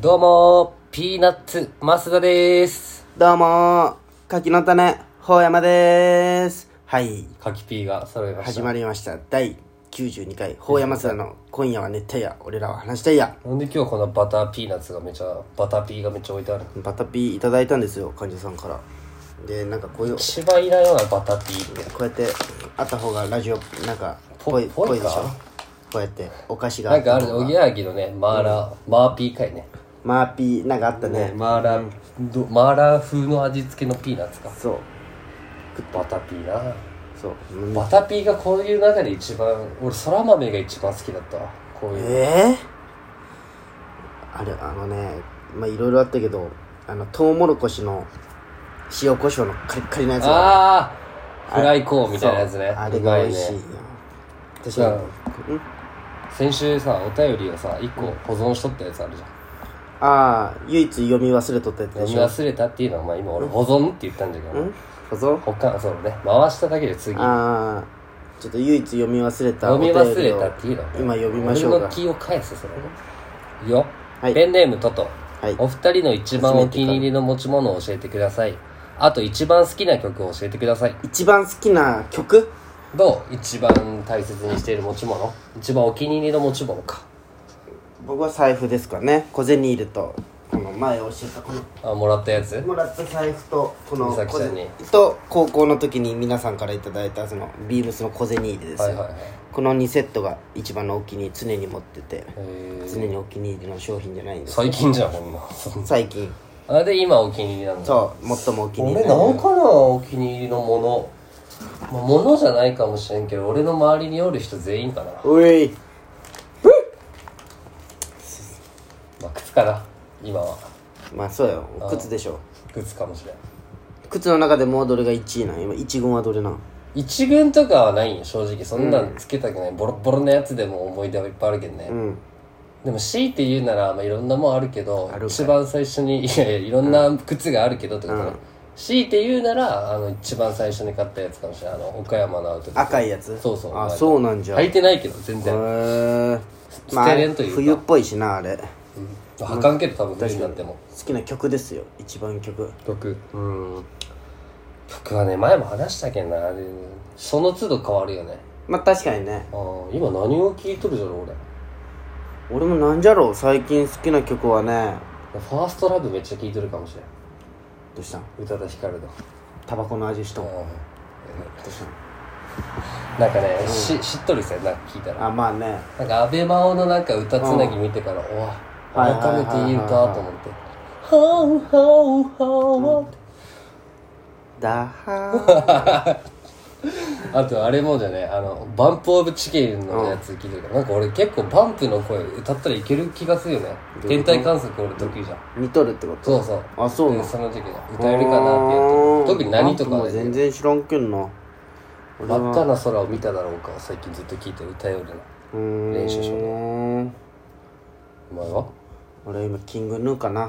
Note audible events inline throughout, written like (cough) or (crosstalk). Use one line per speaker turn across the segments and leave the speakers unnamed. どうもー、ピーナッツ、増田でーす。
どうもー、柿の種、ほうやまでーす。はい、
カキピーが揃いました。
始まりました。第92回、ほうやまずらの今夜は熱帯夜、俺らは話したいや。
なんで今日こんなバターピーナッツがめちゃ、バターピーがめっちゃ置いてあるの
バタピーいただいたんですよ、患者さんから。で、なんかこういう、こ
一番いないようなバターピーって。
うやってあった方がラジオ、なんか、
ぽ
ぽい、
ぽいか
ぽいでしょ。こうやって、お菓子が。
なんかあるね、おぎやはぎのね、マーラー、マーピー会ね。
マーピー、なんかあったね。
マーラー、どマーラー風の味付けのピーナッツか。
そう、
バターピーな
そう。
バターピーがこういう中で一番、俺、そら豆が一番好きだったわ。こういう。
ええあれあのねまあいろいろあったけどあのトウモロコシの塩コショウのカリッカリのやつが
あー、フライコーンみたいなやつね。
あれ
うま
が
い
美味しい
ね
よ。私
じゃあ
うん
先週さお便りをさ1個保存しとったやつあるじゃん
ああ唯一読み忘れとったやつで
読み
しょ
忘れたっていうのは、まあ、今俺保存って言ったんだけど
ん保存
他そうね回しただけで次読
ああちょっと唯一読み忘れたお
み
便りを
忘れたっていうの
今読みましょう
俺の
か
気を返すそれねいいよ、
はい
ペンネームトト
はい
お二人の一番お気に入りの持ち物を教えてくださいあと一番好きな曲を教えてください
一番好きな曲
どう一番大切にしている持ち物一番お気に入りの持ち物か
僕は財布ですかね小銭入れとこの前教えたこの
あもらったやつ
もらった財布とこの
美咲ちゃんに
小銭と高校の時に皆さんからいただいたそのビームスの小銭入れですよ、
はいはいはい
この2セットが一番のお気に入り常に持ってて
えー
常にお気に入りの商品じゃないんです
最近じゃんこんな
最近
あれで今お気に入りなの
そう最もお気に入
俺
り
なんかなお気に入りのもの、まあ、ものじゃないかもしれんけど俺の周りにおる人全員かな、
おい
まあ、靴かな今は
まあそうよ靴でしょ
靴かもしれん
靴の中でもうどれが1位なん今1軍はどれなん
一軍とかはないんよ正直そんなんつけたくない、ボロボロのやつでも思い出はいっぱいあるけどね、
うん
でも強いて言うなら、まあ、いろんなもんあるけど
あるかい
一番最初にいやいやいろんな靴があるけどってことね、強いて言うならあの一番最初に買ったやつかもしれないあの岡山のアウトレット
赤いやつ
そうそう
あそうなんじゃ
履いてないけど全
へ
然、
ー
捨てれんというか
冬っぽいしなあれ
はかんけど多分冬になっても
好きな曲ですよ一番曲
曲うん曲はね前も話したけんなでその都度変わるよね
まあ確かにね
あー今何を聴いとるじゃろ俺
俺もなんじゃろう最近好きな曲はね
ファーストラブめっちゃ聴いとるかもしれん
どうしたん
宇多田ヒカルの
タバコの味しとんど
う
うした
んなんかね、し知っとるさなんか聞いた
ん
ら
あまあね
なんか安倍真央のなんか歌つなぎ見てから、おわ
はいはい
改
はいはい
めていい歌と思って「ハウハウハウ」
だは
あとあれもじゃねあのバンプ・オブ・チキンのやつ聞いてるから、なんか俺結構バンプの声歌ったらいける気がするよね
どういう
天体
こと
観測俺得意じゃん (laughs)
ー似とるってこ
そう
と
そう
あそうな
で
の
その時に歌えるかなってや
う
っ
ーん
て特に何とか
なん
は
も
ね
全然知らんけんな俺は
真っ赤な空を見ただろうか最近ずっと聞いてる歌えるの
うーん
練習しようお前は
俺今キングヌーかな
ああ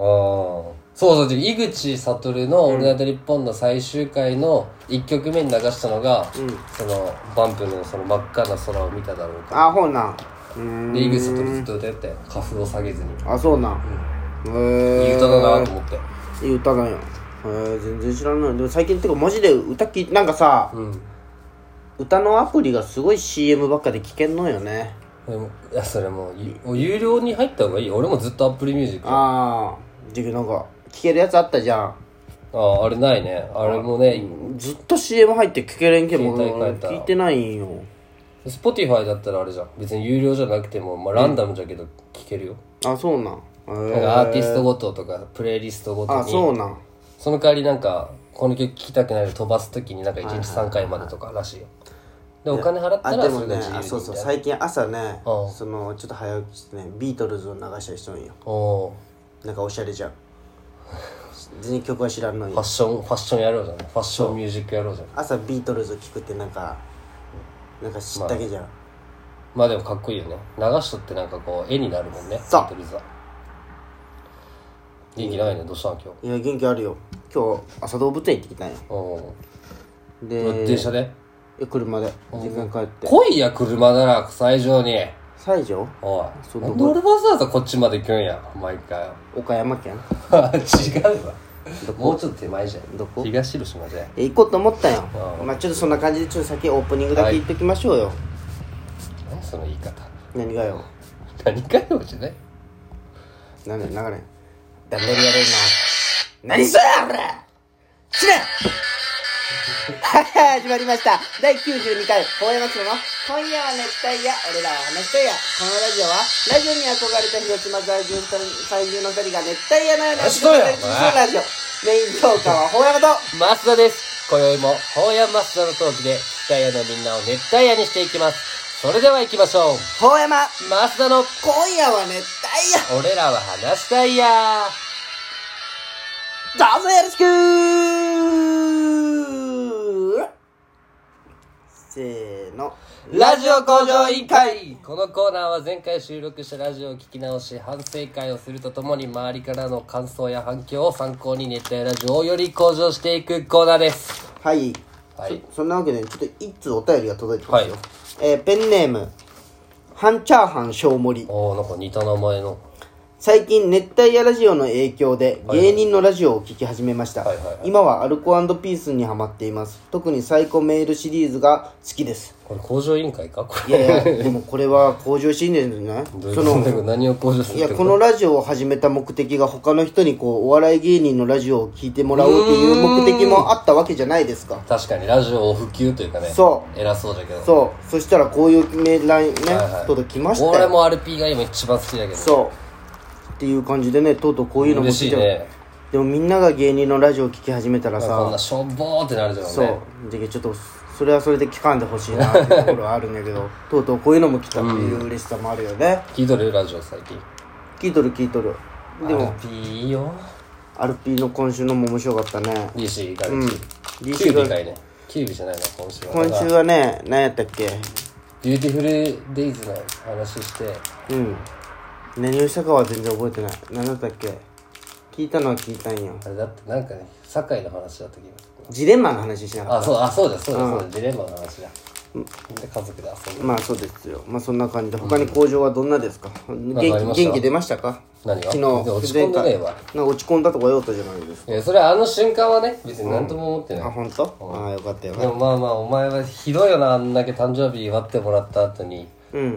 そうそうで井口悟の「オールナイトニッポン」の最終回の1曲目に流したのが、そのバンプのその真っ赤な空を見ただろうか
あほうなんうーん
で井口悟ずっと歌って花粉を下げずに
あそうなんへ
い
え
い歌だなと思って
いい歌なんやへえ全然知らんないでも最近ってかマジで歌きなんかさ
うん
歌のアプリがすごい CM ばっかで聞けんのよね
でもいやそれもうゆ有料に入った方がいいよ俺もずっとアップルミュージックあ
ああでなんか聞けるやつあったじゃん
ああれないねあれもね
ずっと CM 入って聞けれんけど
携帯変えたら
聞いてないんよ
Spotify だったらあれじゃん別に有料じゃなくても、まあ、ランダムじゃけど聴けるよ、
あそうなんへ
なん
え
かアーティストごととかプレイリストごとに
あそうなん
その代わりなんかこの曲聴きたくないで飛ばす時になんか1日3回までとからしいよでお金払った
あで
らそ
も
れが
ね
自由にみたいな
あそうそう最近朝ね
うん
そのちょっと早起きしてねビートルズを流したりしとんよ
おー
なんかおしゃれじゃん全然曲は知らんの
ファッ
よ
ションファッションやろうじゃんファッションミュージックやろうじゃん
朝ビートルズ聞くってなんかなんか知ったけじゃん
まあでもかっこいいよね流しとってなんかこう絵になるもんね
そう
ビートルズは元気ないねどうしたん今
いや元気あるよ今日朝動物園行ってきたんよ
日うん、
で
電車で
え車で時間帰って
来いや車なら最上に
西条
お
そ
い。
う
な
ど
ん
こ
で俺わざわざこっちまで行くんや、毎回。 (laughs)
岡山県
違うわ。
どこ
もうちょっと手前じゃん。
どこ
東広島じゃん。
え行こうと思ったよ
ああ
まあちょっとそんな感じでちょっと先オープニングだけ言っときましょうよ、
何その言い方。
何がよ
何かよ、じゃない
何だよ流れ段取りやれんな何それおら死ね始まりました第92回大山町の「今夜は熱帯夜俺らは話したいや」このラジオはラジオに憧れた広島在住と在住の2人が熱帯夜のような仕事をするラジオメイントーカーは大山と
マスダです。今宵も、ホーヤンマスダのトークで、北谷のみんなを熱帯夜にしていきます。それでは行きましょう。
大山
マスダの、
今夜は熱帯夜
俺らは話したいや
どうぞよろしくせーの。
ラジオ向上委員会このコーナーは前回収録したラジオを聞き直し反省会をするとともに周りからの感想や反響を参考に熱帯ラジオをより向上していくコーナーです
はい。
はい
そんなわけで、ちょっと一通お便りが届いてますよ。
はい
えーペンネーム、ハンチャーハン小森。
おーなんか似た名前の
最近、熱帯夜ラジオの影響で芸人のラジオを聞き始めました。
はいはいはい
今はアルコピースにハマっています。特にサイコメールシリーズが好きです。
これ向上委員会かこ
い
れ
や
(laughs)
いや、でもこれは向上心ですね。
どういう
そ
こ
の
と、何を向上する
い
っ
や
て
このラジオを始めた目的が他の人にこうお笑い芸人のラジオを聞いてもらおうという目的もあったわけじゃないですか
確かにラジオを普及というかね
そう
偉そうだけど
そうそしたらこういうメールラインね、
はいはい
届きましたよ
俺も RP が今一番好きだけど
そうっていう感じでねとうとうこういうのも
嬉し
聞い
い
ても
ね
でもみんなが芸人のラジオを聞き始めたら
こん
さ
なしょぼーってなるじゃんね
そうでちょっとそれはそれで聞かんでほしいなっていうところはあるんだけどとうとうこういうのも来たっていう嬉しさもあるよね、
聞いとるラジオ最近
聞いとる聞いとるでも
RP いいよ
アルピーの今週のも面白かったね
DC が
うん
キュ
DC
ービ
が
ーがいいねキュービーじゃないな今週は
今週はね何やったっけ
ビューティフルデイズの話して
うん何をしたかは全然覚えてない何だったっけ聞いたのは聞いたんよ
あれだってなんかね酒井の話だった気がする
ジレンマの話しなか
あ
っ
そうあそうだそうだそうだジレンマの話だで家族で遊
た
ぶ
まあそうですよまあそんな感じで他に工場はどんなですか、
かあり
元
ま
気
した
元気出ましたか
何が
昨日
落ち込んでねえ
前
わ
回なんか落ち込んだとか良かったじゃないですか
いやそれはあの瞬間はね別に何とも思ってない
あ本当？ああよかったよか
で
っ
もまあまあお前はひどいよなあんだけ誕生日祝ってもらった後に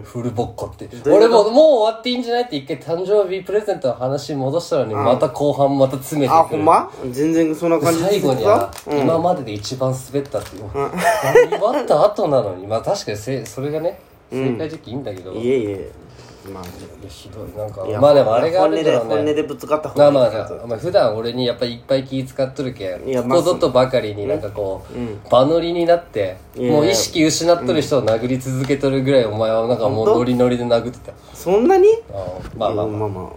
フルボッコって俺ももう終わっていいんじゃないって一回誕生日プレゼントの話戻したのにまた後半また詰めて
たあ
く
ほ
る
んま全然そんな感じで
最後には
さ、
今までで一番滑ったっていう、祝った後なのにまあ確かにせそれがね正解時期いいんだけど、
いえいえまあ
ひどいなんか
いや
まあでもあれがあ
本
るか
音で
ら
本音
ね
でぶつかった方
ま
が
あ
いい
ま
か
あ
ら
な、まあ、普段俺にやっぱいっぱい気使っとるけん
いや
ここぞとばかりになんかこう場乗りになって
いや
もう意識失っとる人を殴り続けとるぐらいお前はなんかもうノリノリで殴ってたよ
そんなに
ああまあまあ
いやまあま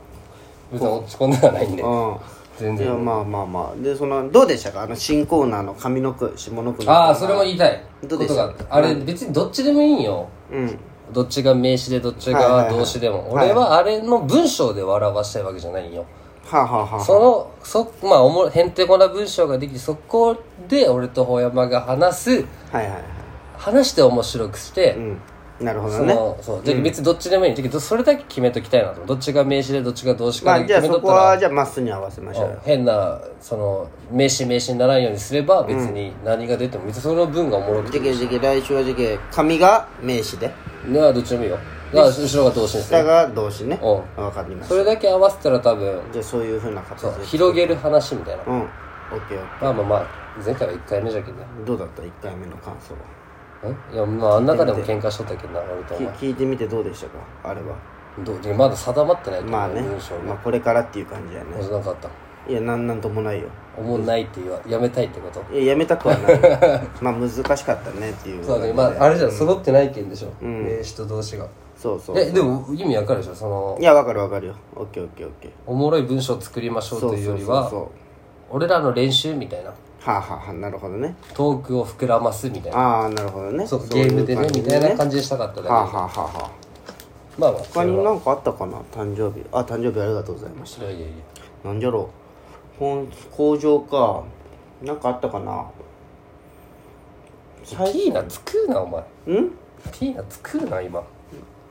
別に落ち込んではないんで
あ
全
うんいや
然
まあまあまあでそのどうでしたかあの新コーナーの上の句下の句の
ああそれも言いたい
ど
こ
う
と
でした
があってあれ別にどっちでもいいんよ
うん
どっちが名詞でどっち
はいはい
が
はい
動詞でも、
はい
俺はあれの文章で笑わしたいわけじゃないんよ、
はあ、はあはあ、
そのそまあおもへんてこな文章ができてそこで俺とほ山が話す
はいはいはい
話して面白くして、
うんなるほ
そ
どね
のそうで別にどっちでもいいんだけどそれだけ決めときたいなとどっちが名詞でどっちが動詞
ま
かだ
あ
け
じゃあ
決めと
そ
っ
こ
たら、
はじゃあまっすぐに合わせましょうよ
変なその名詞名詞にならんようにすれば別に何が出ても別にその分がおもろく
じ
て
ゃけじゃけ来週はじゃけ上が名詞で
ねどっちでもいいよだから後ろが動詞にす
下
る
が動詞ね
うん
わかりまし
それだけ合わせたら多分
たじゃあそういうふうな形で
そう広げる話みたいな、
うんオッケーオッ
まあまあまあ前回は1回目じゃけんね
ケーどうだった1回目の感想は
んいやまああん中でも喧嘩しとったけんな俺とお前
き聞いてみてどうでしたかあれは
どうでまだ定まってないと思う
まあね
文章
まあ
が
これからっていう感じやね
俺なんかあった
いやなんなんともないよ
おもんないって言わやめたいってこと
いややめたくはない
(laughs)
まあ難しかったねっていう
そうだねまああれじゃん揃ってないけんでしょ
ん
名詞と動詞が
そうそう
えでも意味わかるでしょその
いやわかるわかるよオッケーオッケーオッケー
おもろい文章を作りましょうというよりは
そうそう
俺らの練習みたいな
そうはあ、はあはあ、なるほどね
トークを膨らますみたいな
ああなるほどね
そう
い
ゲームでね
感じ
みたいな感じでしたかっただけ
はあ、はあはあはあ、
まあまあそ
他
れ
に
は
何かあったかな誕生日あ誕生日ありがとうございまし
いやいやいや
たなんじゃろうほん工場か何かあったかな
ピーナ作るなお前
ん
ピーナ作るな今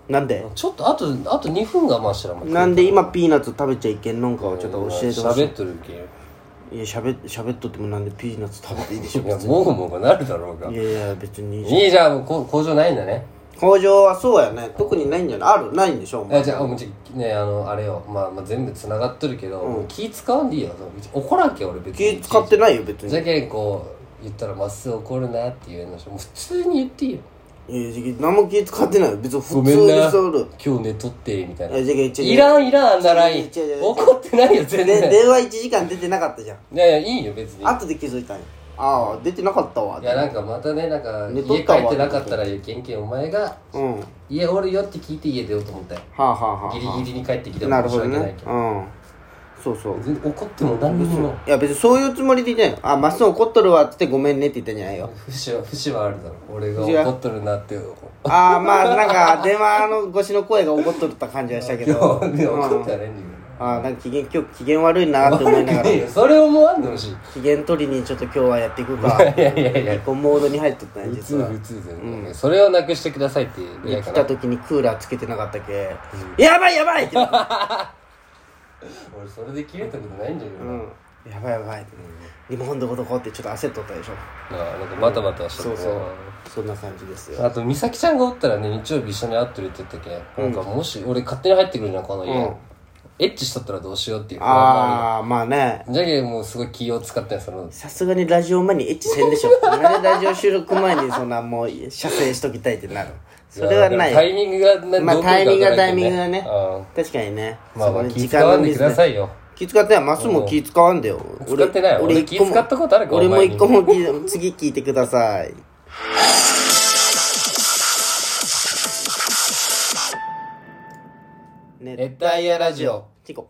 なんで
ちょっとあとあと2分我慢したらもう
なんで今ピーナッツ食べちゃいけんのんかはちょっと教えてほしい
喋っとるけん
いやしゃべしゃべっとってもなんでピーナッツ食べていいでしょ
いやもぐもぐなるだろうが
いやいや別にいいじゃん
いいじゃんもうこ工場ないんだね
工場はそうやね特にないんじゃないあるないんでしょお前
あじゃあもうじねあのあれよ、まあ、まあ全部つながっとるけど、もう気使わんでいいよ怒らんけ俺別に
気使ってないよ別
じ
に
ゃけんこう言ったらまっすぐ怒るなっていうのもう普通に言っていいよ
いや何も気使ってないよ別に
ご
普
め
通
ん
に
な
そうる
今日寝とってみたいない
やじゃけんちょ
いらんいらんあんなライン
違う違う違う
怒ってないよ全
で
然
電話1時間出てなかったじゃん
いやいやいいよ別に
後で気づいたんやああ出てなかったわ
いやなんかまたねなんか
寝
家
とっ
帰
たわ
ってなかったらいけんけんお前が
うんは
家おるよって聞いて家出ようと思ったよ
あはあはあ
ギリギリに帰ってきて
なる
申し
ほど
訳ない
ね
けど
うんそうそう
全然怒っても何にも
いや別にそういうつもりで言ってないあまっすぐ怒っとるわって言ってごめんねって言ったんじゃないよ
節は節はあるだろ俺が
節は
怒っとるなって
ああまあなんか電話の越しの声が怒っとった感じはしたけ
今日
ど
怒っては (laughs) ないんだ
ああなんか機嫌今日機嫌悪いなって
けど
思い
悪く
ながら
ねえよそれ思わんでほしい
機嫌取りにちょっと今日はやっていくか
(laughs) いやいやいや
こうモードに入っとったね
普
実
通
は
普通全然、それをなくしてくださいっていうぐらい
来
か
た
な
時にクーラーつけてなかったけ、やばいやばいっ
(laughs)
てなった、
俺それで切れたことないんだけどな、
うん、やばいやばいって、リモコンどこどこってちょっと焦っとったでしょ
ななんかバタバタしてて、
そうそうそんな感じですよ
あと美咲ちゃんがおったらね日曜日一緒に会ってるって言ったけ、ん、なんかもし俺勝手に入ってくるじゃんこの家、
うん
エッチしとったらどうしようっていう不安もあるよ
ああまあね
じゃけもうすごい気を使ってんその
さすがにラジオ前にエッチせんでしょなんでラジオ収録前にそんなもう射精しときたいってなるそれはな
やだか
い
らタイミングがな
まあ
どう来るかわからんけど
タイミングがタイミングがね
うん
確かにね
まあまあ
そこに
気使わんでくださ
い
いよ
気使ってないマスも気使わんだよ
使ってない俺
一個も
気使ったことあるか
俺
お
も
前に
一個も気次聞いてくださいね
熱帯夜ラジオ
チコ